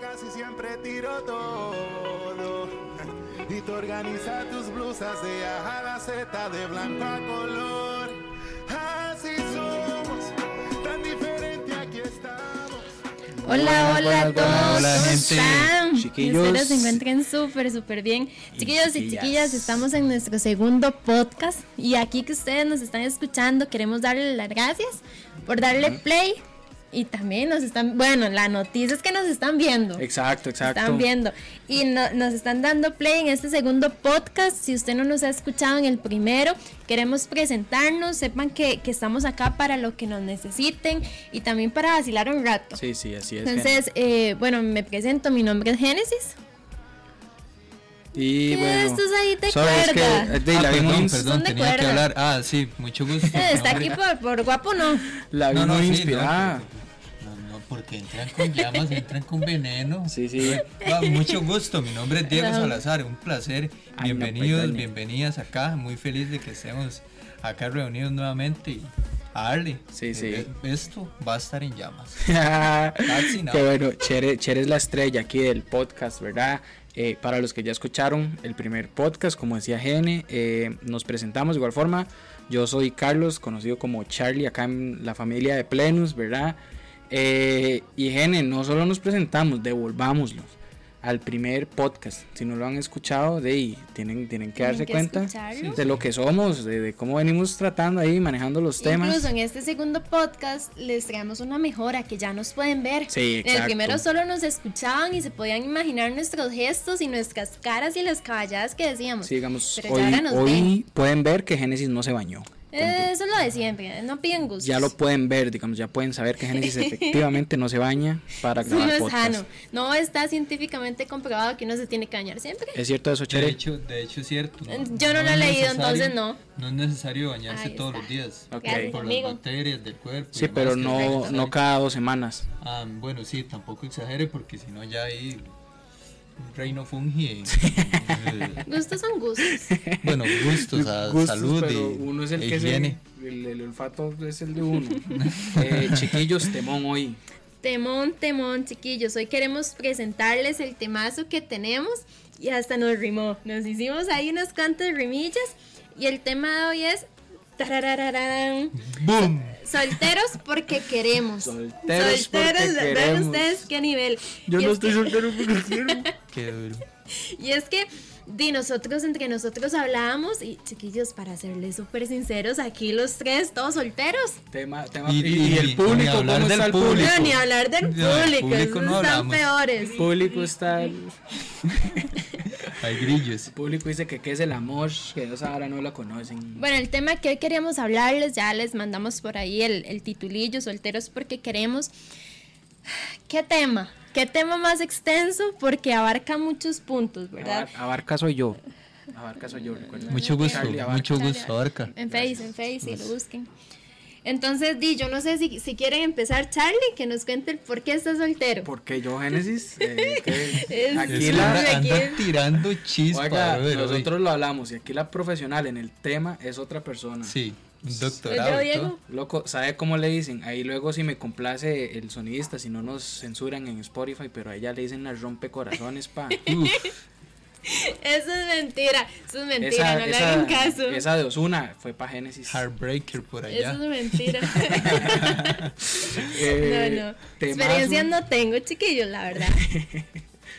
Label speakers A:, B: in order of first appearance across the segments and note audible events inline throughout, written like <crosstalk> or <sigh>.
A: casi siempre tiro todo. <laughs> Y tú organizas tus blusas de A a la Z, de blanco a color. Así somos, tan diferente aquí estamos.
B: Hola,
C: Buenas,
B: hola a
C: buenas, buenas,
B: todos.
C: hola,
B: ¿Cómo
C: gente.
B: están?
C: Chiquillos.
B: Espero se encuentren súper, súper bien. Chiquillos y
C: chiquillas.
B: chiquillas, estamos en nuestro segundo podcast y aquí que ustedes nos están escuchando, queremos darle las gracias por darle play y también nos están, bueno, la noticia es que nos están viendo.
C: Exacto, exacto.
B: Están viendo. Y no- nos están dando play en este segundo podcast. Si usted no nos ha escuchado en el primero, queremos presentarnos. Sepan que, que estamos acá para lo que nos necesiten y también para vacilar un rato.
C: Sí, sí, así es.
B: Entonces, eh, bueno, me presento. Mi nombre es Génesis.
C: gente. y
B: ¿Qué
C: bueno,
B: estos ahí te
C: ¿sabes qué?
B: cuerda?
C: Eh, de-
D: Ah,
C: la
D: perdón,
C: vimos,
D: perdón,
B: Son de
D: tenía que
B: cuerda.
D: hablar. Ah, sí, mucho gusto.
C: <laughs>
B: Eh, <laughs> Está aquí por, por guapo, no.
C: la
D: No,
C: vimos
D: no, sí, no,
C: inspirada.
D: No, no, porque entran con llamas, entran con veneno.
C: Sí, sí.
D: Ah, mucho gusto, mi nombre es Diego
B: Ajá.
D: Salazar, un placer.
C: Ay, no,
D: Bienvenidos,
C: perdone.
D: bienvenidas acá. Muy feliz de que estemos acá reunidos nuevamente y a darle.
C: Sí, sí.
D: Eh, Esto va a estar en llamas.
C: <laughs>
D: Casi no.
C: Qué bueno, Cher, Cher es la estrella aquí del podcast, ¿verdad? Eh, para los que ya escucharon el primer podcast, como decía Gene, eh, nos presentamos de igual forma. Yo soy Carlos, conocido como Charlie acá en la familia de Plenus, ¿verdad? Eh, y Gene, no solo nos presentamos, devolvámoslos al primer podcast. Si no lo han escuchado, de ahí, tienen, tienen
B: Tienen
C: que darse
B: que
C: cuenta
B: escucharlo.
C: de lo que somos, de, de cómo venimos tratando ahí, manejando los temas.
B: Incluso en este segundo podcast les traemos una mejora que ya nos pueden ver.
C: Sí,
B: En el
C: exacto.
B: primero solo nos escuchaban y se podían imaginar nuestros gestos y nuestras caras y las caballadas que decíamos.
C: Sí, digamos,
B: Pero ya
C: hoy,
B: ahora nos
C: hoy
B: ven.
C: pueden ver que Génesis no se bañó.
B: Eh, eso es lo de siempre, no piden gustos. <laughs>
C: Ya lo pueden ver, digamos, ya pueden saber que Génesis efectivamente no se baña para
B: Eso no
C: grabar
B: es
C: podcast.
B: sano. No está científicamente comprobado que uno se tiene que bañar siempre.
C: ¿Es cierto eso,
D: De
C: Chere?
D: hecho, de hecho es cierto.
B: Eh, yo no lo he
D: es
B: leído,
D: necesario-
B: entonces no.
D: No es necesario bañarse
B: Ahí
D: todos
B: está.
D: los días.
C: Ok.
B: Gracias,
D: Por
B: amigo.
D: las bacterias del cuerpo. y
C: Sí,
D: demás
C: pero
D: que es
C: no,
D: necesario.
C: no cada dos semanas.
D: Ah, bueno, sí, tampoco exagere porque si no ya hay un reino fungi.
C: <laughs>
D: Eh,
B: Gustos son gustos.
D: <laughs> bueno, gustos, a- salud
C: pero
D: y
C: uno es el
D: e
C: que
D: higiene.
C: se, el, el olfato es el de <laughs> uno. Eh, chiquillos, temón hoy.
B: Temón, temón, chiquillos. Hoy queremos presentarles el temazo que tenemos y hasta nos rimó. Nos hicimos ahí unas cuantas rimillas y el tema de hoy es. tararararán,
D: ¡Bum!
B: Solteros porque queremos.
C: Solteros porque
B: vean
C: queremos.
B: ustedes qué nivel.
C: Yo
B: Y
C: no
B: es
C: estoy
B: que-
C: soltero porque quiero.
D: Qué duro.
B: Y es que de nosotros, entre nosotros hablábamos y chiquillos, para serles súper sinceros, aquí los tres, todos solteros.
C: Tema, tema, y,
D: Y-
C: y el
D: y-
C: público,
D: y hablar
C: ¿cómo
D: del
C: está el
D: público.
C: público?
B: No, ni hablar del
D: No, del
B: público,
D: público
B: esos
D: no
B: están
D: hablamos.
B: peores.
C: El público está... el-
D: Hay grillos.
C: El público dice que qué es el amor, que ellos ahora no lo conocen.
B: Bueno, el tema que hoy queríamos hablarles, ya les mandamos por ahí el, el titulillo, solteros porque queremos. ¿Qué tema? ¿Qué tema más extenso? Porque abarca muchos puntos, ¿verdad?
C: Abar- abarca soy yo. Abarca soy yo, recuerda.
D: Mucho gusto,
C: Charlie Abarca.
D: mucho gusto,
C: Ah,
D: Arca.
B: En Face, en Face, si lo busquen. Entonces, Di, yo no sé si, si quieren empezar, Charlie, que nos cuente el por qué está soltero.
C: Porque yo, Génesis, eh, que
B: Es-
C: aquí
D: Es que
C: la...
D: anda, anda
B: ¿quién?
D: tirando chispa.
C: Oiga,
D: brother, hoy.
C: nosotros lo hablamos y aquí la profesional en el tema es otra persona.
D: Sí, un
B: Pues yo,
D: doctorado. y todo.
B: Diego,
C: Loco, ¿sabe cómo le dicen? Ahí luego si me complace el sonidista, si no nos censuran en Spotify, pero a ella le dicen la
B: <laughs>
C: rompecorazones, pa.
D: Uf,
B: eso es mentira, eso es mentira,
C: Esa,
B: no le
C: esa-
B: hagan caso.
C: esa de Osuna fue pa Génesis.
D: heartbreaker por
B: Eso
D: allá.
B: es
C: <laughs>
B: mentira.
C: Eh,
B: <laughs> no, no.
C: temazo.
B: Experiencia no tengo, chiquillos, la verdad.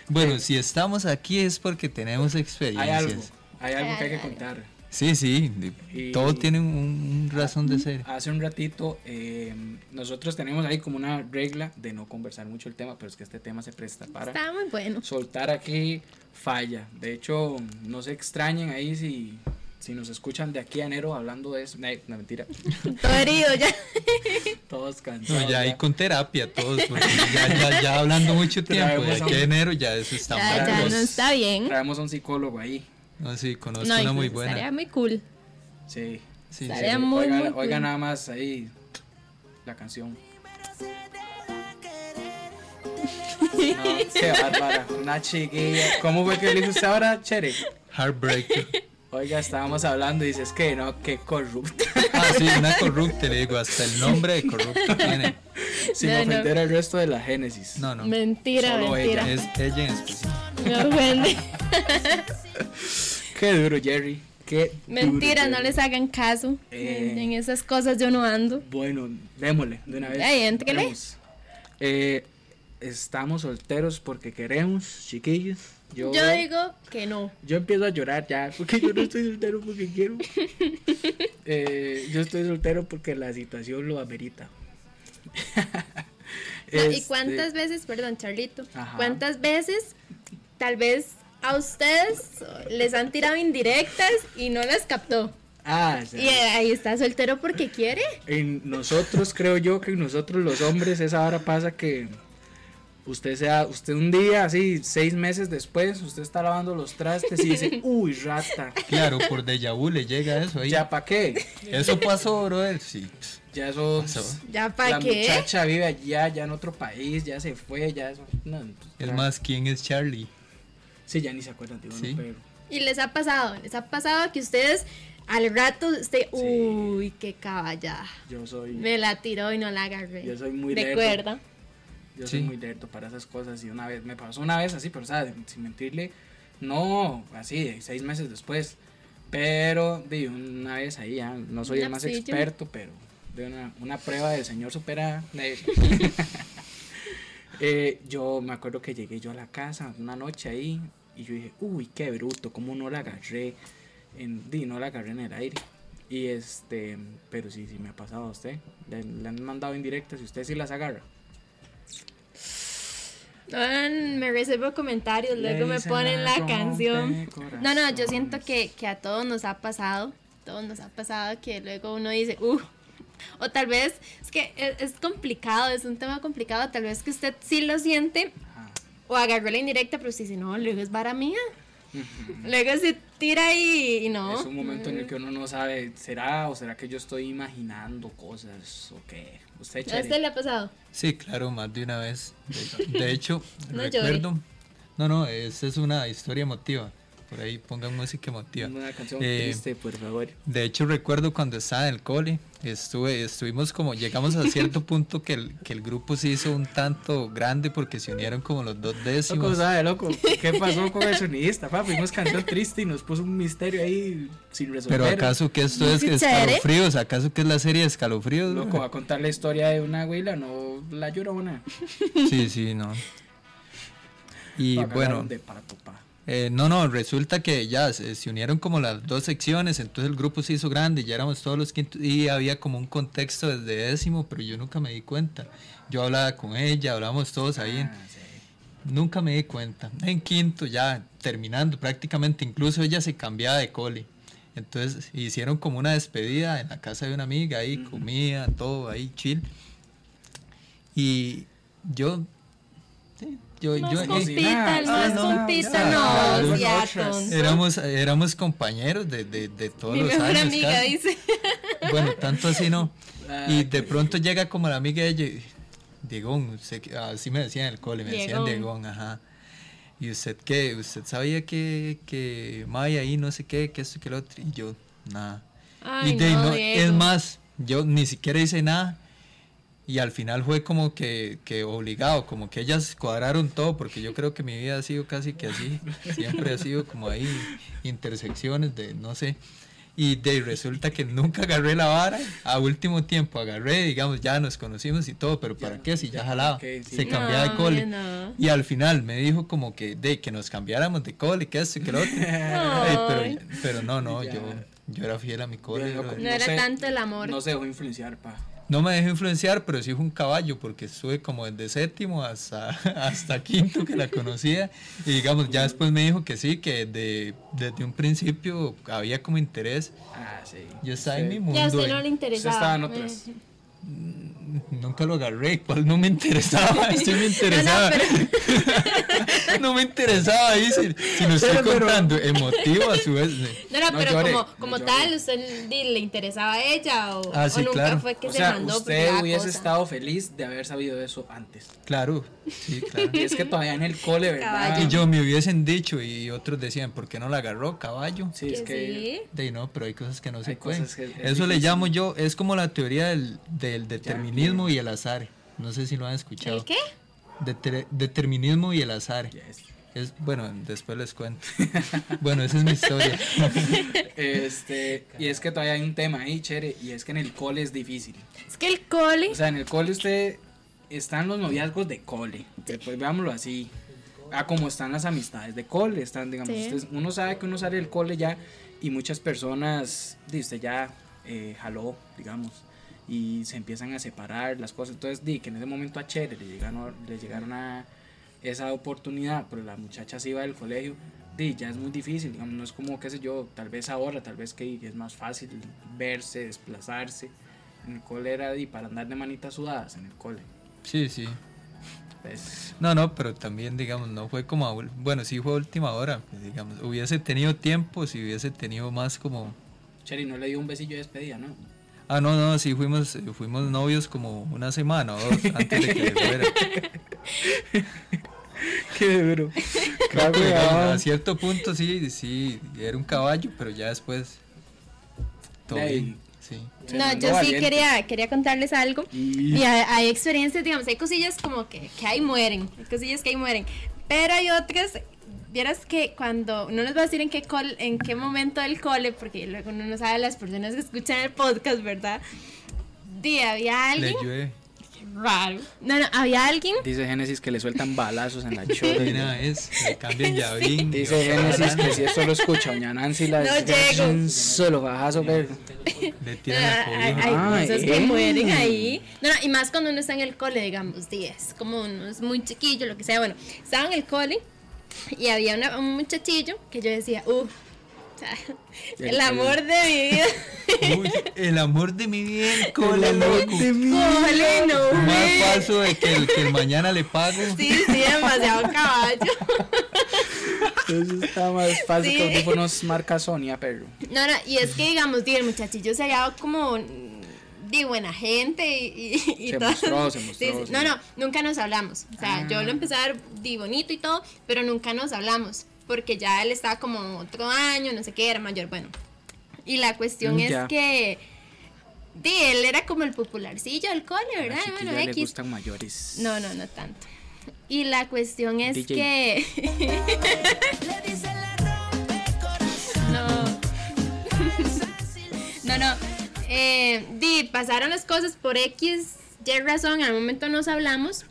D: Bueno, si estamos aquí es porque tenemos
C: Hay algo,
D: experiencias.
C: hay algo que hay que
B: Ay, ay,
C: contar.
D: Sí, sí, de-
C: Y-
D: todo tiene un, un razón de ser.
C: Hace un ratito, eh, nosotros tenemos ahí como una regla de no conversar mucho el tema, pero es que este tema se presta para
B: Está muy bueno.
C: soltar aquí falla. De hecho, no se extrañen ahí si, si nos escuchan de aquí a enero hablando de eso. No, no, mentira, <laughs>
B: Todo herido ya.
C: todos cansados.
D: No, ya ahí
C: ya.
D: con terapia todos, porque ya, ya, ya hablando mucho tiempo,
C: Traemos
D: de
C: a
D: aquí
C: un-
D: a enero ya eso está
B: Ah, Ya,
D: mal.
B: ya
C: los-
B: no está bien.
C: Traemos a un psicólogo ahí.
D: No, sí, conozco
B: No,
D: una muy
B: hijo, Estaría
D: buena.
B: muy cool.
C: Sí.
D: Sí,
B: estaría
D: sí.
B: muy,
C: oiga,
B: muy
C: oiga
B: cool.
C: nada más ahí la
B: <laughs>
C: canción. No, qué bárbara, una chiquilla. ¿Cómo fue que le gusta ahora, Chere?
D: Heartbreaker.
C: Oiga, estábamos hablando y dices que no, que corrupto. <laughs>
D: Ah, sí, una corrupta, le digo, hasta el nombre de corrupta tiene.
C: Sin
B: No, no.
C: ofender al resto de la Génesis.
D: No, no.
B: Mentira,
C: Solo
B: mentira.
D: Es ella en específico.
B: Me
C: <laughs>
B: ofende.
C: Qué duro, Jerry. Qué duro,
B: mentira, no
C: Jerry.
B: les hagan caso.
C: Eh.
B: En, en esas cosas yo no ando.
C: Bueno, démosle de una vez.
B: Ahí, éntrele.
C: Vamos. Eh, estamos solteros porque queremos, chiquillos. Yo,
B: Yo digo que no.
C: yo empiezo a llorar ya, porque yo no estoy soltero porque
B: <laughs>
C: quiero. Eh, yo estoy soltero porque la situación
B: <laughs>
C: lo amerita.
B: No, Ah, ¿Y
C: Este,
B: cuántas veces, perdón, Charlito,
C: Ajá.
B: cuántas veces tal vez a ustedes les han tirado indirectas y no las captó?
C: Ah, o sea,
B: Y eh, ahí está soltero porque quiere.
C: en nosotros creo yo que en nosotros los hombres esa hora pasa que usted sea usted un día así seis meses después usted está lavando los trastes
B: <laughs>
C: y dice uy rata
D: Claro, por déjà vu le llega eso ahí.
C: ya pa qué
D: Eso pasó, brother. Sí.
C: ya eso
D: Pasó.
B: Ya
C: la
B: para qué.
C: muchacha vive allá ya en otro país ya se fue ya eso no, pues,
D: Es
C: ya-
D: más, ¿quién es Charlie?
C: sí ya ni se acuerdan de uno
D: Sí.
C: pero
B: Y les ha pasado, les ha pasado que ustedes al rato usted, uy, qué caballada.
C: yo soy
B: Me la tiró y no la agarré.
C: Yo soy muy
B: De
C: lerdo.
B: cuerda.
C: Yo
D: Sí.
C: soy muy lerdo para esas cosas y una vez, me pasó una vez así, pero o sea, sin mentirle, no así, de seis meses después, pero de una vez ahí ya, no soy el más
B: Lapsillo.
C: experto, pero de una, una prueba del señor supera. de- <laughs> Eh, yo me acuerdo que llegué yo a la casa una noche ahí y yo dije, uy, qué bruto, cómo no la agarré, en, di, no la agarré en el aire. Y este, pero sí, sí me ha pasado a usted, le, le han mandado indirectas y usted sí las agarra.
B: Ah, me reservo comentarios, luego me
C: Lisa
B: ponen la
C: rompe
B: canción. No, no, yo siento
C: corazones.
B: que, que a todos nos ha pasado, todos nos ha pasado que luego uno dice, uh, o tal vez, es que es, es complicado, es un tema complicado, tal vez que usted sí lo siente
C: Ajá.
B: o agarró la indirecta, pero usted dice, no, luego es vara mía. Luego se tira y, y no.
C: Es un momento en el que uno no sabe, ¿será o será que yo estoy imaginando cosas o qué? Usted,
B: ¿A
C: Chele,
B: usted le ha pasado?
D: Sí, claro, más de una vez. De, de hecho,
B: No
D: recuerdo. No, no, esa es una historia emotiva. Por ahí pongan música emotiva.
C: una canción
D: Eh,
C: triste, por favor.
D: De hecho, recuerdo cuando estaba en el cole, estuve, estuvimos como, llegamos a
C: <laughs>
D: cierto punto que el, que el grupo se hizo un tanto grande porque se unieron como los dos
C: Loco,
D: décimos.
C: sabe,
B: <laughs>
C: loco, ¿qué pasó con el sonidista? Pa, fuimos canción triste y nos puso un misterio ahí sin resolver.
D: Pero acaso que esto es
B: Dice Chere.
D: escalofríos, acaso que es la serie de escalofríos.
C: Loco, va a contar la historia de una güila, no la llorona.
D: Sí, sí, no. Y
C: Lo
D: bueno,
C: agarraron De pato, pa.
D: eh, no, no, resulta que ya se, se unieron como las dos secciones, entonces el grupo se hizo grande, ya éramos todos los quintos y había como un contexto desde décimo, pero yo nunca me di cuenta. Yo hablaba con ella, hablábamos todos ahí, en-
C: Ah, sí.
D: nunca me di cuenta. En quinto ya terminando prácticamente, incluso ella se cambiaba de cole. Entonces hicieron como una despedida en la casa de una amiga, ahí comía, todo, ahí chill. Y yo... sí, Yo,
B: Las
D: yo,
C: eh,
B: compitas,
C: ah,
B: las
C: no,
B: compitas,
D: ah, ah,
B: no,
D: las
B: ya,
C: otras.
B: tonto.
D: éramos, éramos compañeros de, de, de todos
B: Mi
D: los
B: mejor
D: años.
B: amiga
D: casi.
B: dice.
D: Bueno, tanto así no.
C: Ah,
D: Y de pronto llega como la amiga de ella, y, Diegón, usted que- así me decían en el cole, me decían
B: Diegón.
D: Diegón, ajá. ¿Y usted qué? ¿Usted sabía que, que Maya ahí no sé qué, que esto y que lo otro? Y yo, nada.
B: Ay,
D: y de ahí
B: no,
D: no- es
B: Diego.
D: más, yo ni siquiera hice nada. Y al final fue como que, que obligado, como que ellas cuadraron todo, porque yo creo que mi vida ha sido casi que así. Siempre ha sido como ahí intersecciones de, no sé. Y de ahí resulta que nunca agarré la vara. A último tiempo agarré, digamos, ya nos conocimos y todo, pero ¿para qué? Si ya jalaba.
C: ok, sí.
D: Se cambiaba de
B: No,
D: cole.
B: no.
D: Y al final me dijo como que de que nos cambiáramos de cole, que esto y que lo otro. Ey,
B: Ay.
D: pero, pero no, no,
C: Ya.
D: yo, yo era fiel a mi cole.
C: Yo era
D: brother.
B: No era
C: sé.
B: tanto el amor.
C: No se dejó influenciar, pa.
D: No me dejé influenciar, pero sí fue un caballo, porque estuve como desde séptimo hasta, <laughs> hasta quinto que la conocía. Y digamos, ya después me dijo que sí, que de- desde un principio había como interés.
C: Ah, sí.
D: Yo estaba en mi
B: Ya a
D: mundo.
B: usted no le
D: eh.
B: interesaba.
C: estaban otras. <laughs>
D: Nunca lo agarré, cual no
B: <laughs>
D: me interesaba, sí me interesaba. No, <laughs> me interesaba ahí, si, si lo estoy
C: Pero, pero-
D: contando, emotivo a su vez.
B: No, no,
C: No
B: pero
C: llore,
B: como,
C: no
B: como
C: llore.
B: tal, ¿usted di- le interesaba a ella o,
D: Ah, sí,
B: o nunca
D: claro.
B: fue que
C: o
B: se
C: sea,
B: mandó? porque
C: usted
B: daba
C: hubiese
B: cosa?
C: estado feliz de haber sabido eso antes.
D: Claro, sí, claro.
C: Y es que todavía en el cole, ¿verdad?
B: Caballo.
D: Y yo me hubiesen dicho y otros decían, ¿por qué no la agarró, caballo?
C: Sí, es
B: Que
C: que.
B: sí.
D: De ahí, no, pero hay cosas que no se
C: Hay
D: pueden.
C: cosas que es
D: Eso le
C: difícil.
D: llamo yo, es como la teoría del, del determinismo y el azar. No sé si lo han escuchado.
B: ¿El qué?
D: Deter- determinismo y el azar.
C: Yes.
D: Es, bueno, después les cuento. <laughs> bueno, esa es
C: <laughs>
D: mi historia.
C: Este, y es que todavía hay un tema ahí, Chere, y es que en el cole es difícil.
B: Es que el cole.
C: O sea, en el cole usted están los noviazgos de cole. Después veámoslo así. Ah, como están las amistades de cole. Están, digamos,
B: Sí.
C: usted- uno sabe que uno sale del cole ya y muchas personas, di, usted ya eh, jaló, digamos, y se empiezan a separar las cosas. Entonces, di que en ese momento a Chere le llegaron, le llegaron a esa oportunidad, pero la muchacha se iba del colegio. Di, ya es muy difícil, digamos, no es como, qué sé yo, tal vez ahora, tal vez que es más fácil verse, desplazarse. En el cole era di, para andar de manitas sudadas en el cole. Pues,
D: Sí, sí.
C: Entonces,
D: No, no, pero también, digamos, no fue como. a ul- Bueno, sí fue a última hora. pues, digamos, hubiese tenido tiempo si hubiese tenido más como.
C: Cheri no le dio un besillo de despedida, ¿no?
D: Ah, no, no, sí fuimos, eh, fuimos novios como una semana o dos antes de que fuera.
C: Qué duro.
D: Creo que, digamos, a cierto punto sí, sí, era un caballo, pero ya después. Todo
C: De ahí.
D: bien, sí.
B: No, yo sí quería, quería contarles algo. Y hay, hay experiencias, digamos, hay cosillas como que, que ahí mueren, hay cosillas que ahí mueren. Pero hay otras, vieras que cuando, no les voy a decir en qué, col- en qué momento del cole, porque luego uno no sabe las personas que escuchan el podcast, ¿verdad? Di, había
D: Le
B: alguien
D: llueve.
B: raro. No, no, había alguien
C: Dice Génesis que le sueltan balazos en la
D: De
C: chola.
D: una vez, le
B: <laughs>
D: cambian llavín.
C: Dice Génesis que si eso lo escucha, doña Nancy la
B: No
C: desgracia,
B: llego.
C: un solo bajazo, pero.
D: Le
B: No,
D: tiran la cobija.
B: Hay,
C: Ah,
B: hay cosas que
C: eh.
B: mueren ahí. No, no, y más cuando uno está en el cole, digamos, 10, como uno es muy chiquillo, lo que sea. Bueno, estaba en el cole y había una- un muchachillo que yo decía, uff,
C: El
B: el, amor de mi vida.
D: Uy, el amor de mi vida, el cole, loco.
B: cole, no
D: Más
B: ve.
D: paso de que el, que el mañana le pago.
B: Sí, sí, demasiado caballo.
C: Eso está más fácil
B: Sí.
C: que audífonos marca Sonia, pero.
B: No, no, y es que, digamos, di, el muchachillo se hallaba como de buena gente y, y, y
C: Se
B: todo.
C: mostró, se mostró, sí.
B: No, no, nunca nos hablamos. O sea,
C: Ah.
B: yo lo empecé a ver di bonito y todo, pero nunca nos hablamos. Porque ya él estaba como en otro año, no sé qué, era mayor, bueno. Y la cuestión
C: Mm,
B: es
C: ya.
B: que. Di, él era como el popularcillo del cole,
C: A
B: ¿verdad?
C: la
B: Bueno,
C: chiquilla le
B: X.
C: gustan mayores.
B: No, no, no tanto. Y la cuestión es
C: DJ.
B: que. <laughs> no. no, no. Eh, di, pasaron las cosas por X, Y razón. Al momento nos hablamos.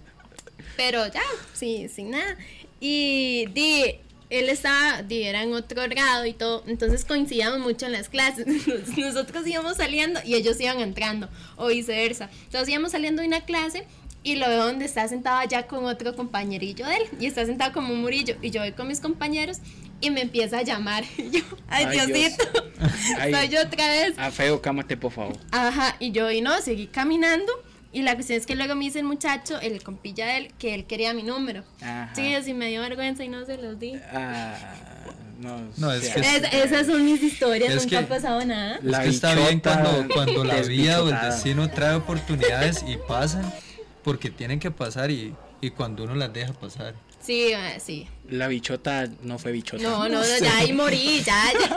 B: Pero ya, sí, sin nada. Y di. Él estaba, di, era en otro grado y todo, entonces coincidíamos mucho en las clases. <laughs> Nos- Nosotros íbamos saliendo y ellos iban entrando, o viceversa. Entonces íbamos saliendo de una clase y lo veo donde está sentado allá con otro compañerillo de él y está sentado como un murillo y yo voy con mis compañeros y me empieza a llamar <laughs> y yo, ay,
C: Ay, Dios.
B: Diosito, <laughs>
C: Ay.
B: soy yo otra vez.
C: Ah, feo, cámate, por favor.
B: Ajá, y yo y no, seguí caminando y la cuestión es que luego me dice el muchacho, el compilla de él, que él quería mi número.
C: Ajá.
B: Sí, yo sí me dio vergüenza y no se los di.
C: Ah, no,
D: No, es
C: sea,
D: que-
B: Es- esas son mis historias,
D: Es
B: nunca
D: que-
B: ha pasado nada.
C: la
D: Es que está bien
C: bichota
D: cuando, cuando la vida o el
C: desbichotada.
D: destino trae oportunidades y pasan porque tienen que pasar y, y cuando uno las deja pasar.
B: Sí, ah, sí.
C: La bichota no fue
D: Pues
C: bichota.
B: No, no, no, ya ahí morí, ya, ya,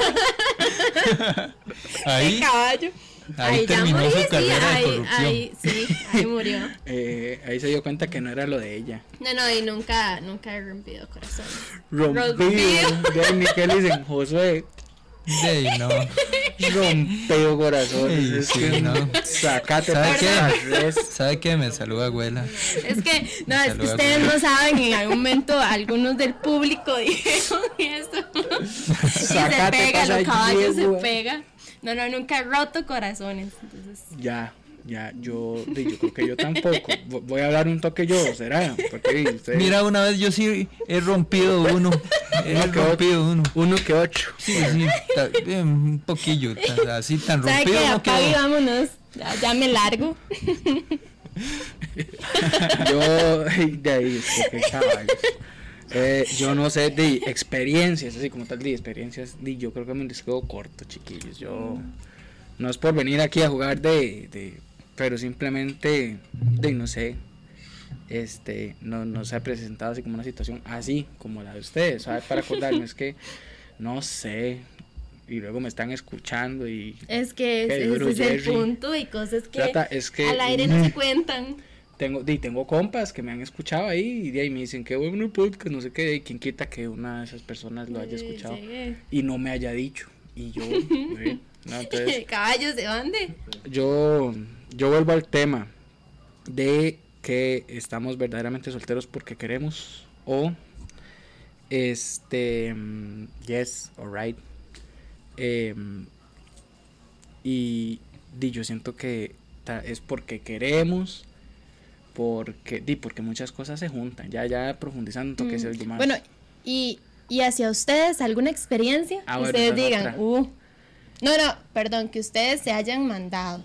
B: <laughs>
D: Ahí,
B: caballo.
D: ahí terminó su carrera de
B: ahí,
D: corrupción.
B: ahí, sí,
D: <laughs>
B: ahí murió.
C: Eh, ahí se dio cuenta que no era lo de ella.
B: No, no, y nunca, nunca he rompido corazón.
C: Rompido.
B: Rompido.
C: De Miquel y San Josué.
B: <laughs>
D: de ahí no.
C: Rompeo corazón.
D: Ey, sí, no.
C: Sacate
D: ¿Sabe
C: por
D: qué?
C: la res.
D: ¿Sabe qué? Me saluda abuela.
B: Es que, no, es que
D: Saluda,
B: ustedes no saben, en algún momento algunos del público <laughs> dijeron eso. Y se
C: Sacate,
B: pega,
C: pasa
B: los caballos se
C: yegua.
B: pega. No, no, nunca he roto corazones. Entonces,
C: Ya, ya, yo, di, yo creo que yo tampoco. Vo- Voy a hablar un toque yo, ¿será? Porque di, ustedes-
D: Mira, una vez yo sí he rompido uno. He
C: No, Ah, qué
D: rompido uno.
C: uno que ocho.
D: Sí, sí, ta- eh, un poquillo, ta- así tan
B: ¿sabe
D: rompido.
B: qué?
D: no quedó.
B: Apague y vámonos. Ya, ya me largo.
C: <laughs> Yo, ay, de ahí, es que qué caballos. Eh, yo no sé de experiencias, así como tal de experiencias, di, yo creo que me les quedo corto, chiquillos. Yo no es por venir aquí a jugar de, de- pero simplemente de no sé, este, no, no se ha presentado así como una situación así como la de ustedes, ¿sabes? Para acordarme es que no sé y luego me están escuchando y
B: Es que
C: Qué
B: ese,
C: duro,
B: ese es el
C: Jerry.
B: punto y cosas que
C: Plata, es que
B: al aire no se cuentan.
C: tengo, di, tengo compas que me han escuchado ahí y de ahí me dicen que bueno podcast, no sé qué, y quien quita que una de esas personas lo haya escuchado
B: Llegué.
C: y no me haya dicho. Y yo, güey, no, entonces,
B: <laughs> Caballos, ¿de dónde?
C: yo, yo vuelvo al tema de que estamos verdaderamente solteros porque queremos o este mm, yes alright Em, y, di, yo siento que ta- es porque queremos porque di porque muchas cosas se juntan ya ya profundizando toque es algo más
B: Mm. Bueno, y, y hacia ustedes, ¿alguna experiencia?
C: Ah,
B: Que
C: bueno,
B: ustedes
C: esa es
B: digan,
C: otra.
B: uh. No, no, perdón, que ustedes se hayan mandado.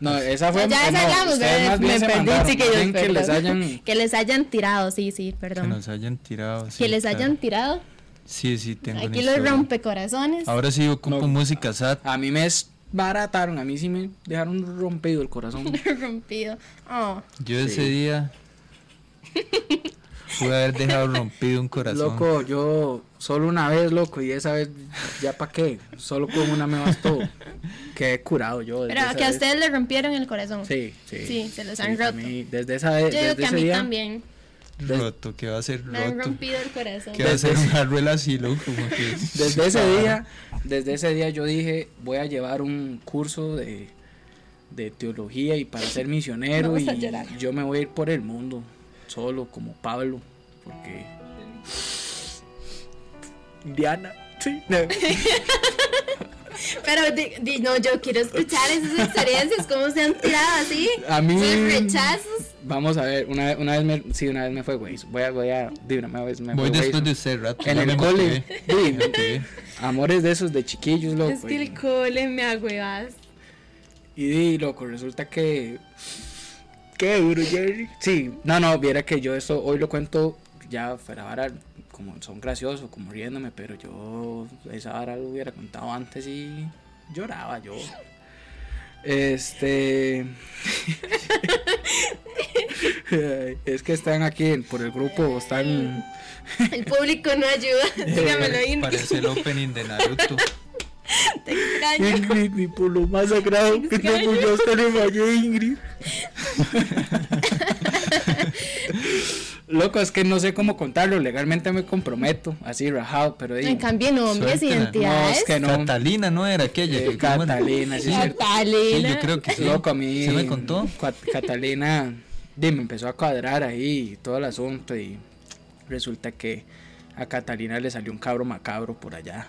C: no esa fue
B: No, ya
C: ah, no,
B: esa hablamos,
C: ustedes
B: ¿verdad?
C: más
B: me
C: bien se
B: perdí,
C: mandaron,
B: chiquillos,
C: más bien que les
B: perdón.
C: hayan
B: <laughs> Que les hayan tirado, sí, sí,
D: Que
B: perdón.
D: nos hayan tirado.
B: Que
D: sí,
B: les
D: claro.
B: hayan tirado.
D: Sí, sí, tengo una
B: Aquí los
D: historia.
B: rompecorazones. <laughs>
D: Ahora sí ocupo
C: No.
D: música SAT.
C: A mí me barataron, a mí sí me dejaron rompido el corazón.
B: Rompido. Oh.
D: Yo ese
C: Sí.
D: día pude haber dejado rompido un corazón.
C: Loco, yo solo una vez, loco, y esa vez ya pa' qué, solo con una me bastó. Quedé curado yo. desde
B: Pero
C: esa
B: que a
C: vez.
B: ustedes les rompieron el corazón.
C: Pues Sí, sí.
B: Sí, se los han
C: a
B: roto.
C: mí, desde esa vez,
B: Yo digo
C: desde
B: que a
C: ese
B: mí
C: día.
B: también
D: Roto, que va a ser
B: me han
D: roto.
B: rompido el corazón.
D: Que va a ser una ruela así, loco. como que-
C: <laughs> Desde ese día, desde ese día yo dije, voy a llevar un curso de, de teología y para ser misionero
B: Vamos a
C: y
B: llorar.
C: yo me voy a ir por el mundo solo como Pablo, porque Diana, sí.
B: <laughs> Pero di- di- no, yo quiero escuchar
C: <laughs>
B: esas experiencias, cómo se han tirado así.
C: A mí-
B: Esos rechazos.
C: Vamos a ver, una, vez- una vez me, sí, una vez me fue güey, voy a, voy a, de una vez me
D: Voy
C: fue
D: después de
C: Waze.
D: eh. usted, rato.
C: en
D: ya
C: el
D: me
C: cole, <laughs>
D: motivé.
C: sí,
D: Me motivé.
C: amores de esos de chiquillos, loco.
B: Es que
C: y-
B: el cole me agüebas.
C: Y di, loco, resulta que. Qué duro, Jerry. Sí, no, no, viera que yo eso hoy lo cuento ya fuera vara, como son graciosos, como riéndome, pero yo esa vara lo hubiera contado antes y lloraba yo. Este. <laughs> Ay, es que están aquí en- por el grupo, están.
B: <laughs> El público no ayuda. <laughs> Dígamelo ahí.
D: Parece el opening de Naruto.
B: Te extraño.
C: Ingrid, y por lo más sagrado que tengo, yo hasta le fallé, Ingrid. Loco, es que no sé cómo contarlo, legalmente me comprometo, así rajado,
B: <laughs>
C: pero
B: En
C: ahí,
B: cambio, nombres,
D: Suéltela.
C: no,
B: identidades.
C: es que no,
D: Catalina no era aquella.
C: Eh,
D: que- ¿cómo era?
C: Catalina, sí, es cierto.
D: Sí,
B: Catalina.
D: yo creo que sí.
C: Loco, a mí,
D: ¿Se me contó?
C: Cat- Catalina, di, me empezó a cuadrar ahí todo el asunto y resulta que a Catalina le salió un cabro macabro por allá.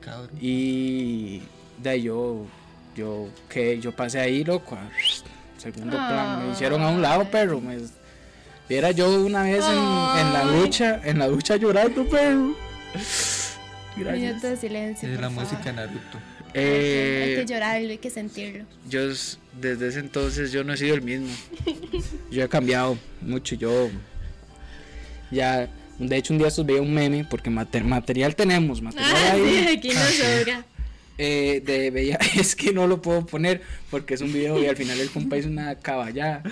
D: Cabrón.
C: Y de ahí yo, yo, que yo pasé ahí, loco, a segundo
B: Ah.
C: plan. Me hicieron a un lado, perro. Me, viera yo una vez en, en la
B: Ay.
C: ducha, en la ducha llorando, perro. Gracias.
B: Minuto de silencio.
D: Es
B: por
D: la
B: favor.
D: música de Naruto.
B: Hay
C: Eh,
B: que llorarlo, hay que sentirlo. <laughs>
C: yo s- desde ese entonces yo no he sido el mismo. Yo he cambiado mucho, yo ya de hecho un día estos veía un meme porque mater- material tenemos, material
B: Ah,
C: hay.
B: <laughs> sí, aquí nos sobra.
C: Eh, de Bella, <laughs> es que no lo puedo poner porque es un video y al final el compa hizo una caballada.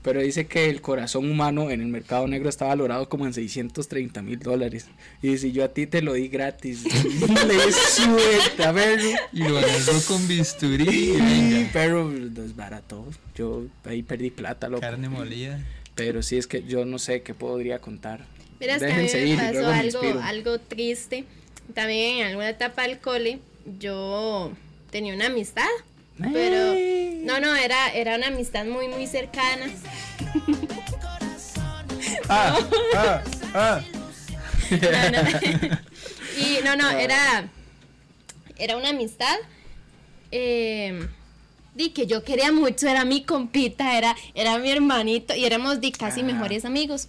C: Pero dice que el corazón humano en el mercado negro está valorado como en 630 mil dólares. Y dice, yo a ti te lo di gratis. <laughs> Le suelta, perro.
D: Y lo agarró con bisturí. y
C: <laughs> Y
D: venga.
C: perro desbarató. Yo ahí perdí plata, loco.
D: Carne molida.
C: Pero sí es que yo no sé qué podría contar.
B: Mira, es que a mí
C: Déjense ir y
B: me pasó
C: luego me
B: algo,
C: inspiro.
B: algo triste. También en alguna etapa del cole, yo tenía una amistad, pero
C: Ay.
B: no, no, era, era una amistad muy, muy cercana.
D: Ah, ah, ah.
B: No, no. y no, no, era, era una amistad. eh, di que yo quería mucho, era mi compita, era, era mi hermanito y éramos di casi
C: Ajá.
B: mejores amigos.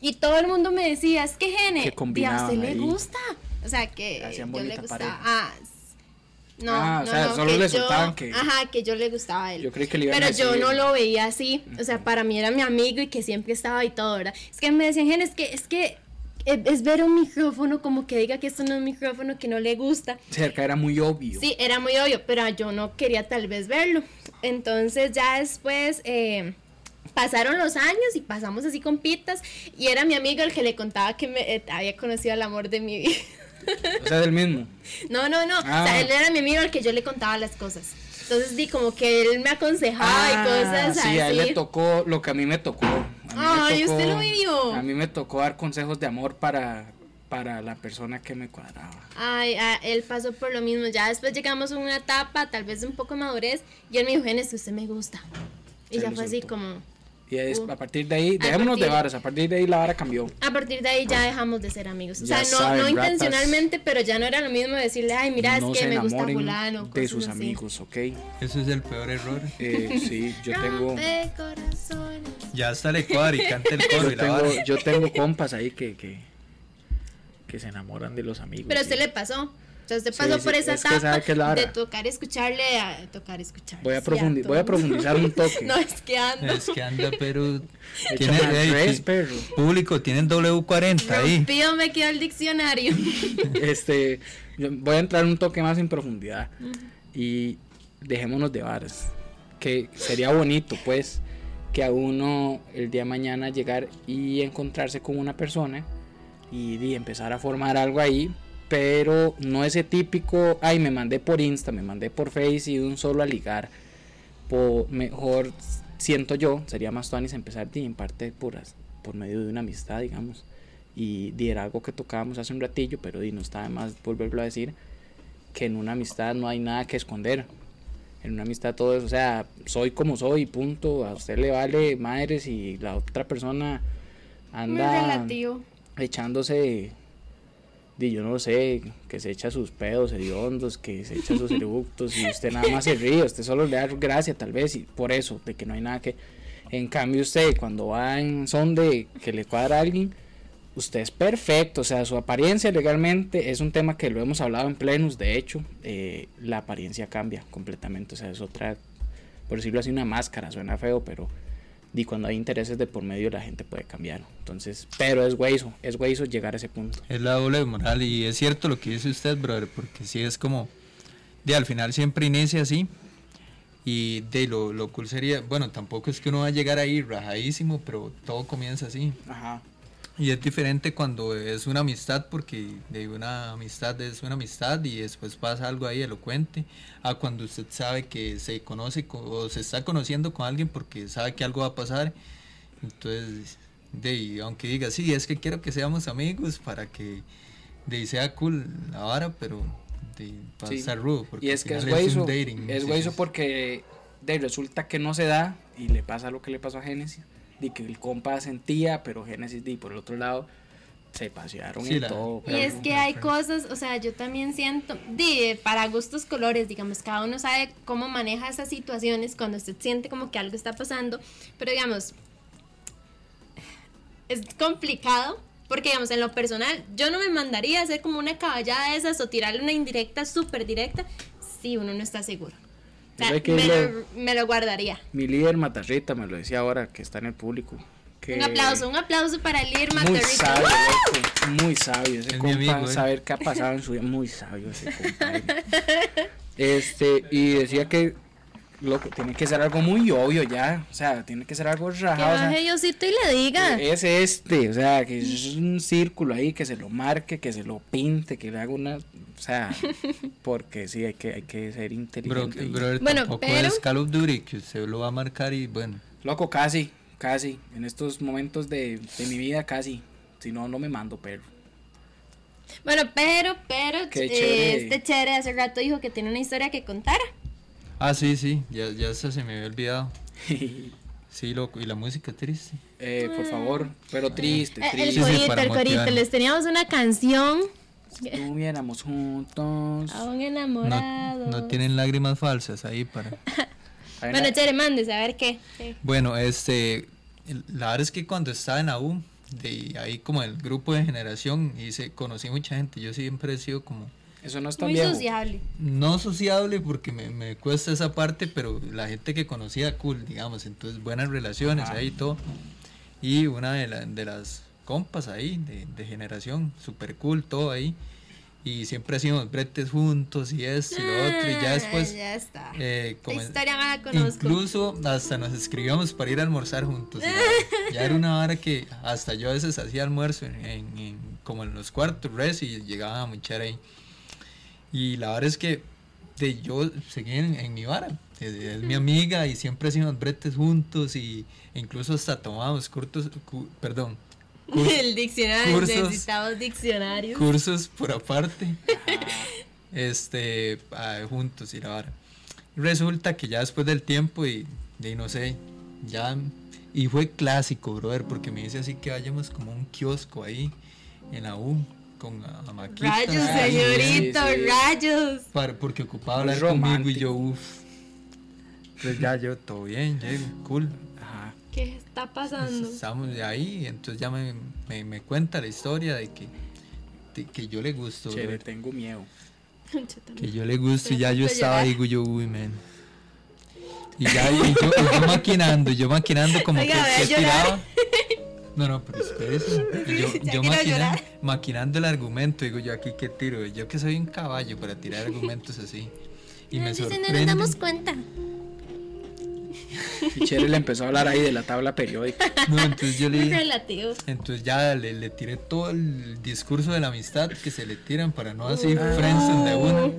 B: Y todo el mundo me decía, es que
C: Que
B: Gene, di, a
C: combinaban
B: usted le
C: ahí.
B: gusta. O sea, que
C: Hacían
B: yo le
C: bonita
B: gustaba.
C: pareja.
B: Ah, s- no,
C: Ah, o
B: no,
C: sea,
B: no,
C: solo
B: que
C: le
B: yo-
C: soltaban que-
B: Ajá, que yo le gustaba a él.
C: Yo creí que le iban a
B: Pero yo
C: decir-
B: no lo veía así, o sea, para mí era mi amigo y que siempre estaba ahí todo, ¿verdad? Es que me decían, Gen, es que, es que es, es ver un micrófono como que diga que esto no es un micrófono que no le gusta.
C: Cerca era muy obvio.
B: Sí, era muy obvio, pero yo no quería tal vez verlo. Entonces ya después eh, pasaron los años y pasamos así con pitas y era mi amigo el que le contaba que me eh, había conocido al amor de mi vida. <laughs>
C: O sea, del mismo.
B: No, no, no. O
C: Ah.
B: sea, él era mi amigo al que yo le contaba las cosas. Entonces di como que él me aconsejaba
C: Ah,
B: y cosas
C: sí,
B: así.
C: a él le tocó lo que a mí me tocó. A mí
B: Ay,
C: me
B: usted lo vivió.
C: A mí me tocó dar consejos de amor para, para la persona que me cuadraba.
B: Ay, a- él pasó por lo mismo. Ya después llegamos a una etapa, tal vez de un poco de madurez, y él me dijo, Genes, usted me gusta. Y
C: Se
B: ya
C: lo
B: fue así
C: soltó.
B: como,
C: Y es-
B: Uh.
C: a partir de ahí, dejémonos de
B: partir-
C: varas, a partir de ahí la vara cambió.
B: a partir de ahí ya dejamos de ser amigos. O
C: Ya
B: sea, no,
C: saben,
B: no
C: ratas.
B: intencionalmente, pero ya no era lo mismo decirle, ay, mira,
C: no
B: es que
C: se
B: me gusta
C: enamoren
B: fulano.
C: de
B: cosas
C: sus
B: así. <laughs>
C: amigos, ¿ok?
D: Eso es el peor error.
C: Eh, sí, yo tengo,
B: Rompe corazones.
D: Ya hasta le cuadra y canta el coro y
C: yo
D: la
C: tengo,
D: vara.
C: yo tengo compas ahí que, que, que se enamoran de los amigos.
B: Pero a
C: sí.
B: usted le pasó. O sea, usted
C: Sí,
B: pasó
C: sí,
B: por esa
C: es que sabe
B: etapa
C: que es la hora.
B: de tocar escucharle a tocar escucharle.
C: Voy a,
B: sí,
C: profundi-
B: todo
C: voy a
B: mundo. <laughs>
C: profundizar un toque.
B: No, es que ando.
D: Es que anda,
C: <laughs>
D: pero.
C: Echa
D: Tiene,
C: para
D: ey,
C: tres,
D: ti-
C: perro.
D: Público, tienen W40 ahí.
B: Rompido me quedó el diccionario.
C: este, yo voy a entrar un toque más en profundidad y dejémonos de varas. Que sería bonito, pues, que a uno el día de mañana llegar y encontrarse con una persona y, di, empezar a formar algo ahí, pero no ese típico, ay, me mandé por Insta, me mandé por Face y de un solo a ligar. Po- mejor siento yo, sería más tuanis empezar di, en parte por, as- por medio de una amistad, digamos. Y di, era algo que tocábamos hace un ratillo, pero di, no está de más volverlo a decir, que en una amistad no hay nada que esconder. En una amistad todo es, o sea, soy como soy, punto. A usted le vale madres y la otra persona
B: Muy
C: anda
B: relativo.
C: echándose, di, yo no sé, que se echa sus pedos hediondos, que se echa sus eructos y usted nada más se ríe, usted solo le da gracia tal vez y por eso, de que no hay nada que... En cambio usted cuando va en son de que le cuadra a alguien, usted es perfecto, o sea, su apariencia legalmente es un tema que lo hemos hablado en plenus, de hecho, eh, la apariencia cambia completamente, o sea, es otra, por decirlo así, una máscara, suena feo, pero y cuando hay intereses de por medio la gente puede cambiar. Entonces, pero es hueso, es hueso llegar a ese punto.
D: Es la doble moral y es cierto lo que dice usted, brother, porque sí es como, de al final siempre inicia así y de lo, lo cool sería, bueno, tampoco es que uno va a llegar ahí rajadísimo, pero todo comienza así.
C: Ajá.
D: Y es diferente cuando es una amistad, porque de una amistad es una amistad y después pasa algo ahí elocuente, a cuando usted sabe que se conoce co- o se está conociendo con alguien porque sabe que algo va a pasar. Entonces, de, ahí, aunque diga, sí, es que quiero que seamos amigos para que de, ahí sea cool la vara, pero de, va a estar rudo. Porque
C: y
D: al
C: es que es
D: final un
C: hueso,
D: dating,
C: es
D: sí,
C: hueso
D: sí,
C: porque de, resulta que no se da y le pasa lo que le pasó a Génesis, de que el compa sentía, pero Génesis di por el otro lado se pasearon
D: Sí,
C: en
D: la-
C: todo.
B: Y es que hay cosas, o sea, yo también siento, di, para gustos colores, digamos, cada uno sabe cómo maneja esas situaciones cuando usted siente como que algo está pasando, pero digamos, es complicado, porque digamos, en lo personal, yo no me mandaría a hacer como una caballada de esas o tirarle una indirecta súper directa si uno no está seguro. O sea,
C: Eso hay que
B: me,
C: irle-
B: lo, me lo guardaría.
C: Mi líder Matarrita me lo decía ahora que está en el público. Que
B: Un aplauso, un aplauso para el líder
C: Muy
B: Matarrita.
C: sabio, loco, muy sabio. Ese
D: Es mi
C: compa,
D: amigo, ¿eh?
C: saber qué ha pasado en su vida, muy sabio ese compa. ¿eh? Este, y decía que, loco, tiene que ser algo muy obvio ya. O sea, tiene que ser algo
B: Que
C: rajado. o sea,
B: baje Diosito y le diga.
C: es este, o sea, que es un círculo ahí, que se lo marque, que se lo pinte, que le haga una.
B: <laughs>
C: O sea, porque sí, hay que, hay que ser
D: Bro,
C: inteligente. y-
D: brother,
B: Bueno,
D: tampoco
B: pero-
D: es Call of Duty, que usted lo va a marcar y bueno.
C: Loco, casi, casi. En estos momentos de, de mi vida, casi. Si no, no me mando, perro.
B: Bueno, pero, pero,
C: Qué
B: eh,
C: chévere.
B: este chévere hace rato dijo que tiene una historia que contar.
D: Ah, sí, sí, ya, ya hasta se me había olvidado. Sí, loco, y la música triste.
C: Eh, por favor,
D: Ah.
C: pero triste,
B: Eh, el
D: sí,
C: triste.
B: corito,
D: para
B: el corito.
D: motivar.
B: Les teníamos una canción.
C: Si estuviéramos juntos.
B: A un
D: No,
B: enamorado.
D: no tienen lágrimas falsas ahí para...
C: Hay una-
B: Bueno, chévere, mándese a ver qué.
D: Bueno, este, el- la verdad es que cuando estaba en la U, de ahí como el grupo de generación, y se, conocí mucha gente, yo siempre he sido como...
C: eso no es tan
B: Muy
C: viejo.
B: sociable.
D: No sociable porque me, me cuesta esa parte, pero la gente que conocía, cool, digamos, entonces buenas relaciones ahí y todo. Y una de, la- de las compas ahí, de, de generación, super cool, todo ahí. Y siempre hacíamos bretes juntos y esto y lo otro, y ya después...
B: Ah, ya está.
D: Eh,
B: La
D: como-
B: historia no la conozco.
D: Incluso hasta nos escribíamos para ir a almorzar juntos. ¿no? Ya era una hora que hasta yo a veces hacía almuerzo en, en- en- como en los cuartos, res, y llegaba a muchar ahí. Y la verdad es que de yo seguí en, en mi vara. Es, es mi amiga y siempre hacíamos bretes juntos y, e incluso hasta tomábamos cursos, cu- perdón, cur-
B: <laughs> El diccionario,
D: cursos.
B: necesitamos diccionarios.
D: cursos por aparte. este, ah, juntos y la vara. Resulta que ya después del tiempo y, de ahí no sé, ya y fue clásico, brother, porque me dice así que vayamos como a un kiosco ahí en la U con a, a Maquita.
B: Rayos,
C: Ay,
B: señorito,
C: sí, sí.
B: rayos.
D: Para- porque ocupaba
C: Muy
D: hablar conmigo
C: romántico.
D: y yo, uff. Pues ya yo, todo bien, llego, cool. Pues
C: Ajá.
B: ¿Qué está pasando?
D: Estamos de ahí, entonces ya me, me- me cuenta la historia de que, de que yo le gusto,
C: Che, le
D: brother.
C: tengo miedo.
B: Yo
D: Que
B: también.
D: yo le gusto y ya yo
B: Necesito
D: estaba ahí,
B: llorar.
D: güey, yo, uy, man. Y ya y yo, y yo maquinando, yo maquinando como
B: Oiga,
D: que,
B: voy a
D: que
B: llorar.
D: tiraba. No, no, pero
B: <laughs>
D: espérese. Y Yo,
B: Ya
D: yo
B: quiero
D: maquinando,
B: llorar.
D: maquinando el argumento, digo yo aquí que tiro, yo que soy un caballo para
B: <laughs>
D: tirar argumentos así. Y me
B: no nos
D: sorprende.
B: damos cuenta.
C: Y Chere le empezó a hablar ahí de la tabla periódica.
D: <laughs> No, entonces yo
B: <laughs>
D: le
B: Muy
D: dije,
B: relativo.
D: Entonces ya le, le tiré todo el discurso de la amistad que se le tiran para no así friends de uno.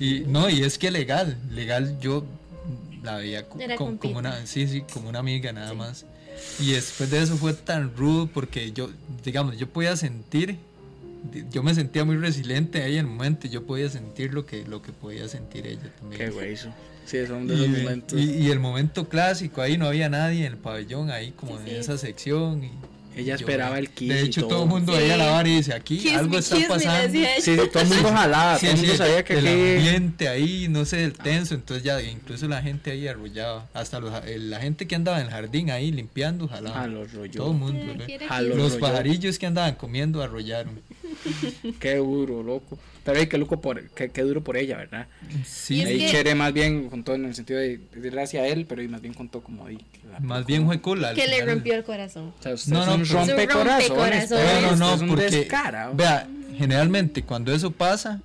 D: Y no, y es que legal, legal yo la veía co-
B: Era
D: co- como
B: compita.
D: una sí, sí, como una amiga nada más. Y después de eso fue tan rudo porque yo digamos, yo podía sentir di- yo me sentía muy resiliente ahí en el momento, y yo podía sentir lo que lo que podía sentir ella también.
C: Qué hueso. Sí, son de esos
D: Y,
C: momentos.
D: y- y el momento clásico, ahí no había nadie en el pabellón, ahí como
B: Sí,
D: en
B: sí.
D: esa sección. y-
C: Ella
D: y yo,
C: esperaba el kiss
D: De
C: y
D: hecho, todo.
C: todo.
D: el mundo
B: Sí.
D: veía la vara y dice, aquí
B: Kiss
D: algo
B: me,
D: está
B: kiss me,
D: pasando.
B: decía
C: Sí, sí, todo el mundo jalaba.
D: Sí,
C: Ah, todo el
D: sí,
C: mundo sabía que
D: el
C: aquí.
D: ambiente ahí, no sé, el tenso, entonces ya incluso la gente ahí arrullaba, hasta los, ja- el- la gente que andaba en el jardín ahí limpiando, jalaba.
C: A los rollos.
D: todo el mundo. ¿no?
B: Eh, quiere
C: Jaló
D: Los
C: rollo.
D: pajarillos que andaban comiendo arrollaron.
C: Qué duro, loco. Pero ay, qué, loco por, qué, qué duro por ella, ¿verdad?
B: Y
D: Sí,
B: es
C: ahí
B: que-
C: Chere más bien contó en el sentido de, de gracias a él, pero ahí más bien contó como ahí. la-
D: más bien fue cool. al
B: Que le
D: final.
B: rompió el corazón.
C: O sea, usted
D: No,
C: es
D: no,
C: un
D: pero- Es un
C: rompecorazones.
B: rompecorazones.
C: pero
D: No, no,
C: usted es
D: no,
C: un
D: porque
C: descarado.
D: vea, generalmente cuando eso pasa,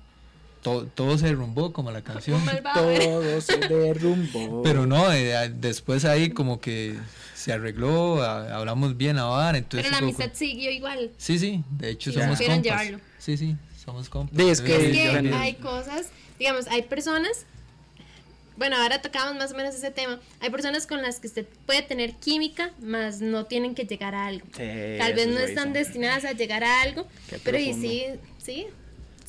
D: to- todo se derrumbó como la canción.
B: Como el <laughs> Bauer.
C: Todo se derrumbó.
D: Pero no, eh, a- después ahí como que se arregló, a- hablamos bien ahora, entonces
B: Pero la
D: fue como-
B: amistad siguió igual.
D: Sí, sí, de hecho
B: Y
D: somos
B: supieron
D: compas.
B: llevarlo.
D: Sí, sí, somos compas.
C: De- es
D: Entonces,
B: Es
C: Sí,
B: que
C: ya no.
B: hay cosas, digamos, hay personas, bueno, ahora tocamos más o menos ese tema, hay personas con las que usted puede tener química, mas no tienen que llegar a algo.
C: Sí,
B: Tal vez
C: eso
B: no
C: es
B: están
C: hueso.
B: destinadas a llegar a algo,
C: Qué
B: pero y
C: profundo.
B: sí, sí,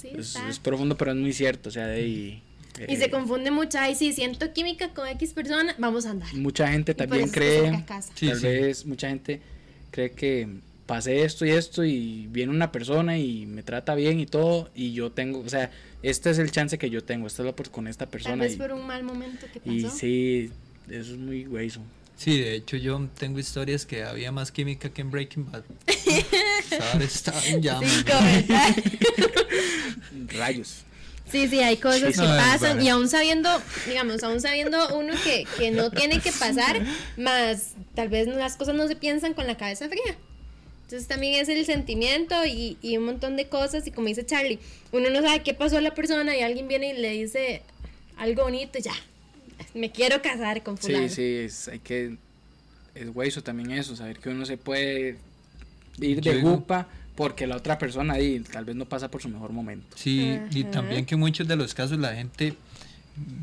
B: sí.
C: Es,
B: está.
C: Pues, es profundo, pero es muy cierto. O sea, de ahí.
B: Y
C: eh,
B: se confunde mucho, ay, sí, siento química con X persona, vamos a andar.
C: Mucha gente
B: Y por
C: también
B: eso se
C: cree.
B: acerca a casa.
D: Sí,
C: tal
D: sí.
C: vez mucha gente cree que pasé esto y esto y viene una persona y me trata bien y todo y yo tengo, o sea, este es el chance que yo tengo, esta es la por, con esta
B: Tal
C: persona
B: vez
C: y,
B: por un mal momento que pasó.
C: y sí, eso es muy hueso.
D: Sí, de hecho yo tengo historias que había más química que en
B: <laughs>
D: Breaking Bad. Ahora está en llamas.
B: Sí, ¿verdad?
C: Rayos.
B: Sí, sí, hay cosas
D: Sí,
B: que
D: no, es
B: pasan
D: vara.
B: y aún sabiendo, digamos, aún sabiendo uno que, que no tiene que pasar, más tal vez las cosas no se piensan con la cabeza fría. Entonces también es el sentimiento y, y un montón de cosas y como dice Charlie, uno no sabe qué pasó a la persona y alguien viene y le dice algo bonito y ya, me quiero casar con fulano.
C: Sí, sí, es, hay que, es hueso también eso, saber que uno se puede ir
D: Yo
C: de
D: digo-
C: gupa porque la otra persona ahí tal vez no pasa por su mejor momento.
D: Sí, y
B: Ajá.
D: también que en muchos de los casos la gente,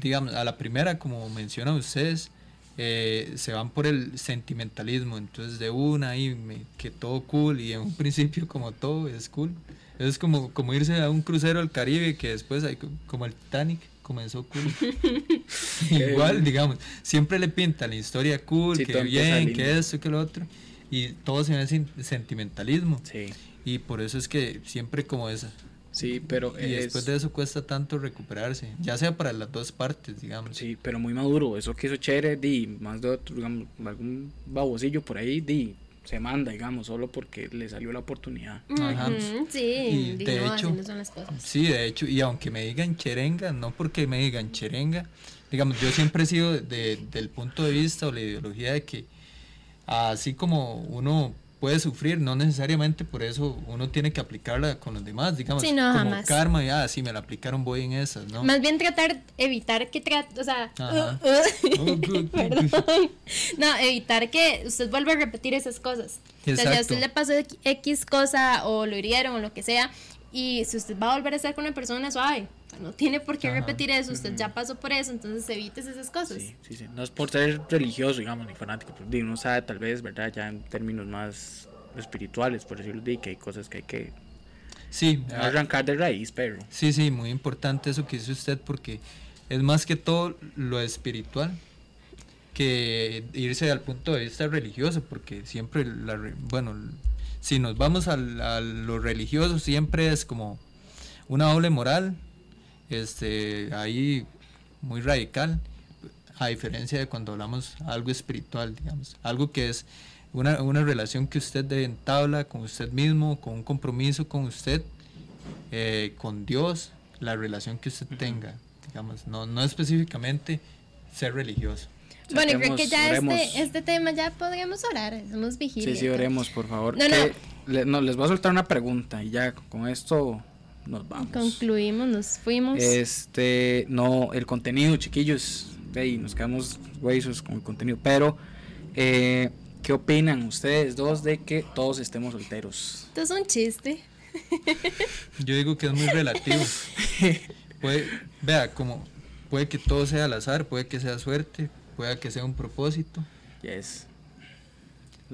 D: digamos, a la primera, como mencionan ustedes, eh, se van por el sentimentalismo, entonces de una y me- que todo cool y en un <laughs> principio como todo es cool. Es como, como irse a un crucero al Caribe que después, hay co- como el Titanic, comenzó cool. <laughs> Igual, digamos, siempre le pintan la historia cool,
C: Sí,
D: que
C: todo empieza
D: bien,
C: lindo.
D: que esto, que lo otro, y todo se ve en sen- sentimentalismo.
C: Sí,
D: Y por eso es que siempre como esa,
C: sí, pero
D: y
C: es-
D: después de eso cuesta tanto recuperarse, ya sea para las dos partes, digamos.
C: Sí, pero muy maduro. Eso que hizo Chere, di, más de otro, digamos, algún babosillo por ahí, di, se manda, digamos, solo porque le salió la oportunidad.
D: Ajá.
B: Ujú, Mm, sí,
D: Y
B: di,
D: de
B: no, así
D: hecho-
B: no son las cosas.
D: Sí, de hecho, y aunque me digan cherenga, no porque me digan cherenga, digamos, yo siempre he sido de- del punto de vista o la ideología de que así como uno puede sufrir, no necesariamente por eso uno tiene que aplicarla con los demás, digamos,
B: Sí, no,
D: como
B: jamás.
D: karma, y ah, sí, me la aplicaron, voy en esas, ¿no? <laughs>
B: Más bien tratar, evitar que trate, o sea,
D: Ajá.
B: <laughs> uh, uh, <laughs> perdón. No, evitar que usted vuelva a repetir esas cosas. O sea, si a
D: Exacto.
B: usted le pasó X- X cosa o lo hirieron o lo que sea, y si usted va a volver a estar con una persona suave, no tiene por qué repetir eso, usted ya pasó por eso, entonces evites esas cosas.
C: Sí, sí, sí. No es por ser religioso, digamos, ni fanático, pero di, uno sabe tal vez, ¿verdad? Ya en términos más espirituales, por decirlo así, que hay cosas que hay que
D: Sí, ah,
C: arrancar de raíz, pero...
D: sí, sí, muy importante eso que dice usted porque es más que todo lo espiritual que irse al punto de vista religioso, porque siempre, la, re- bueno, si nos vamos al- a, lo religioso, siempre es como una doble moral, este, ahí muy radical, a diferencia de cuando hablamos algo espiritual, digamos, algo que es una, una relación que usted entabla con usted mismo, con un compromiso con usted, eh, con Dios, la relación que usted tenga, digamos, no, no específicaamente ser religioso.
B: bueno, y creo
C: Saquemos-
B: que ya
C: oremos.
B: este, este tema ya podríamos orar, somos vigilia.
C: Sí, sí, oremos, por favor.
B: No,
C: Que le- no, les voy a soltar una pregunta y ya con esto nos vamos.
B: Concluimos, nos fuimos.
C: Este, no, el contenido, chiquillos. Y nos quedamos huesos con el contenido. Pero, eh, ¿qué opinan ustedes dos de que todos estemos solteros?
B: Esto es un chiste.
D: Yo digo que es
C: <laughs>
D: muy relativo. puede, vea, como puede que todo sea al azar, puede que sea suerte, puede que sea un propósito.
C: Yes. Pues,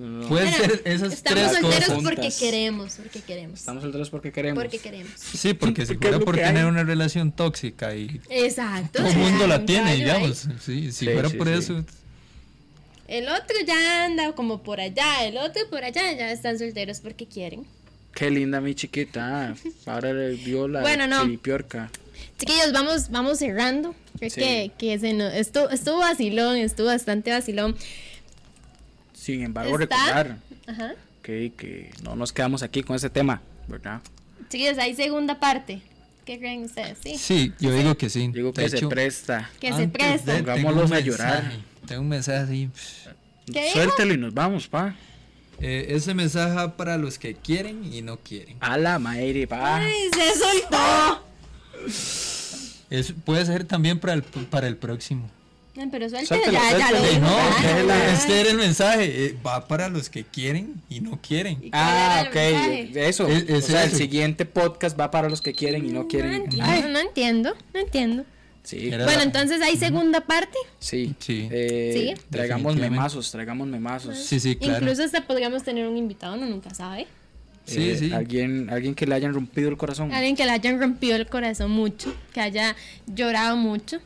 C: No,
D: Puede
B: Bueno,
D: ser esas
B: Estamos
D: tres
B: solteros
D: cosas.
B: porque
C: juntas.
B: queremos, porque queremos.
C: estamos solteros porque queremos.
B: porque queremos.
D: Sí, porque
C: Porque
D: si
C: es
D: fuera
C: lo
D: por
C: que
D: tener
C: hay.
D: una relación tóxica y
B: Exacto.
D: todo el mundo
B: Ay,
D: la tiene,
B: caballo,
D: digamos. Sí, si
C: Sí,
D: fuera
C: sí,
D: por
C: sí.
D: eso,
B: ay. El otro ya anda como por allá, el otro por allá, ya están solteros porque quieren.
C: Qué linda
B: <laughs>
C: mi chiquita. Ahora le vio la
B: Bueno, no.
C: chiripiorca.
B: Chiquillos, vamos, vamos cerrando. Creo
C: Sí.
B: que, que se nos- estuvo, estuvo vacilón, estuvo bastante vacilón.
C: Sin embargo,
B: Está-
C: recordar
B: Ajá.
C: que, que no nos quedamos aquí con ese tema, ¿verdad?
B: Chiquillos, hay segunda parte. ¿Qué creen ustedes? Sí.
D: sí, yo digo que sí.
C: Digo que
D: De
C: se
D: hecho,
C: presta.
B: Que se
D: antes de-
B: prestan.
D: tengo un
C: Pongámoslos a llorar.
D: mensaje, Tengo un mensaje así. pff.
B: ¿Qué dijo?
C: Suéltelo y nos vamos, pa.
D: Eh, ese mensaje va para los que quieren y no quieren.
C: A la madre, pa.
B: ¡Ay, se soltó!
D: Es, puede ser también para el, para el próximo.
B: Ay, Pero suéltelo,
C: Suéltelo,
B: ya, ya lo
C: suéltelo.
D: Ey,
B: dijo.
D: no,
B: ya,
D: que
B: Ah, ya.
D: este era el mensaje. eh, va para los que quieren y no
B: ¿Y
D: quieren.
B: cuál
C: Ah,
B: era
C: ok.
B: el mensaje?
C: Eso.
D: Es- es
C: o sea, el
D: eso.
C: siguiente podcast va para los que quieren y no
B: No
C: quieren.
B: entiendo, no entiendo, no entiendo.
C: Sí,
D: Era-
B: Bueno, entonces hay segunda parte.
C: sí.
D: Sí.
C: Eh,
B: Sí.
C: Traigamos
D: Definitivamente.
C: memazos, traigamos memazos.
D: Sí, sí, claro.
B: Incluso hasta podríamos tener un invitado, uno nunca sabe.
D: sí,
C: Eh,
D: sí.
C: Alguien, alguien que le hayan rompido el corazón.
B: Alguien que le hayan rompido el corazón mucho, que haya llorado mucho.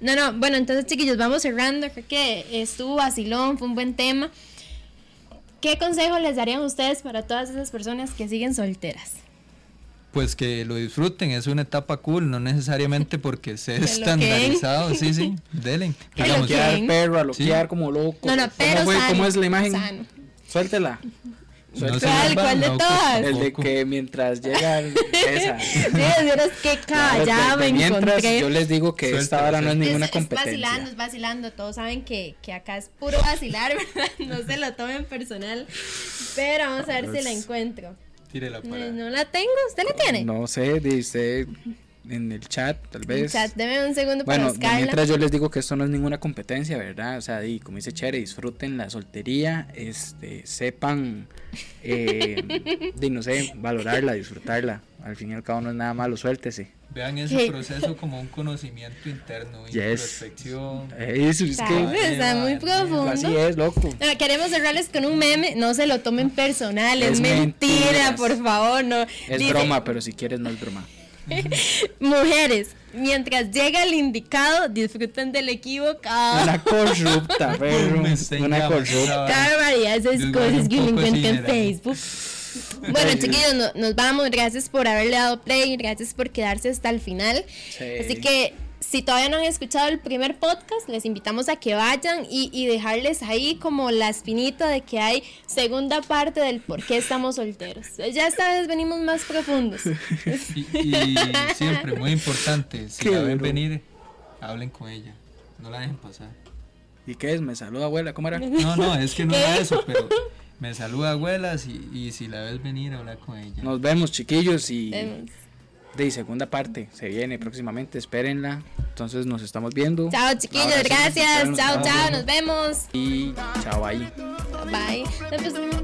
B: No, no, bueno, entonces chiquillos, vamos cerrando. Creo que estuvo vacilón, fue un buen tema. ¿Qué consejo les darían ustedes para todas esas personas que siguen solteras?
D: Pues que lo disfruten, es una etapa cool, no necesariamente porque
B: <laughs>
D: sea
B: Que lo
D: estandarizado. Sí, sí, delen.
B: <laughs> Que lo
D: Digamos,
B: queden.
C: Aloquear
B: ¿quién?
C: perro, aloquear como loco.
B: No, no,
C: ¿Cómo
B: pero
C: fue?
B: sano,
C: ¿Cómo es la imagen?
B: sano. <laughs>
C: Suéltela.
D: no se
B: ¿Cuál?
D: vuelvan
B: ¿Cuál de
D: locos
B: todas?
C: El de
D: tampoco.
C: que mientras llega
B: <laughs>
C: esa.
B: Sí, de veras, qué callada Ah, me
C: mientras
B: encontré.
C: yo les digo que esta
D: Suéltela,
C: hora no es
B: Es-
C: ninguna
B: es,
C: competencia.
B: vacilando, es vacilando. Todos saben que, que acá es puro vacilar, <laughs> ¿verdad? No se lo tomen personal. Pero vamos a ver si la encuentro.
D: Tírela
B: No,
D: para-
B: no la tengo, ¿usted la tiene?
C: No sé, dice en el chat, tal
B: En
C: vez.
B: chat, deme un segundo para
C: Bueno,
B: buscarla.
C: mientras yo les digo que esto no es ninguna competencia, ¿verdad? O sea, y como dice Chere, disfruten la soltería, este, sepan, eh, de, no sé, valorarla, disfrutarla. Al fin y al cabo no es nada malo, suéltese.
D: Vean ese
B: ¿Qué?
D: proceso como un conocimiento interno,
C: Yes.
D: introspección.
C: Eso Eh, es
B: Está,
C: que
B: está muy
D: Vale,
B: profundo.
C: así es, loco.
B: Ah, Queremos cerrarles con un meme, no se lo tomen personal, es,
C: Es
B: mentira,
C: mentiras.
B: por favor, no.
C: Es
B: Dice,
C: broma, pero si quieres no es broma.
B: Mujeres, mientras llega el indicado, disfruten del equivocado.
C: Una corrupta, perro.
D: Me está en
C: Una
D: llamas,
C: corrupta.
D: esa vara.
B: Cada variedad de
D: Yo igual
B: cosas
D: un
B: que uno
D: poco así,
B: encuentra en
D: ¿verdad?
B: Facebook. Bueno,
C: Ay,
B: chiquillos, no- nos vamos. Gracias por haberle dado play. Gracias por quedarse hasta el final.
C: Sí.
B: Así que si todavía no han escuchado el primer podcast, les invitamos a que vayan y, y dejarles ahí como la espinita de que hay segunda parte del por qué estamos solteros. Ya esta vez venimos más profundos.
D: Y, y siempre, muy importante, si
C: Qué
D: la ven
C: duro.
D: venir, hablen con ella. No la dejen pasar.
C: ¿Y qué es? Me saluda, abuela, ¿cómo era?
D: No, no, es que no era eso, pero me saluda abuelas y, y si la ves venir, habla con ella.
C: Nos vemos, chiquillos, y
B: Vemos.
C: de segunda parte se viene próximamente, espérenla. Entonces nos estamos viendo.
B: Chao, chiquillos.
C: Abrazones,
B: Gracias.
C: espero nos
B: Chao,
C: estamos
B: chao. Nos vemos.
C: Y chao ahí.
B: Bye. No, pues,
A: <laughs>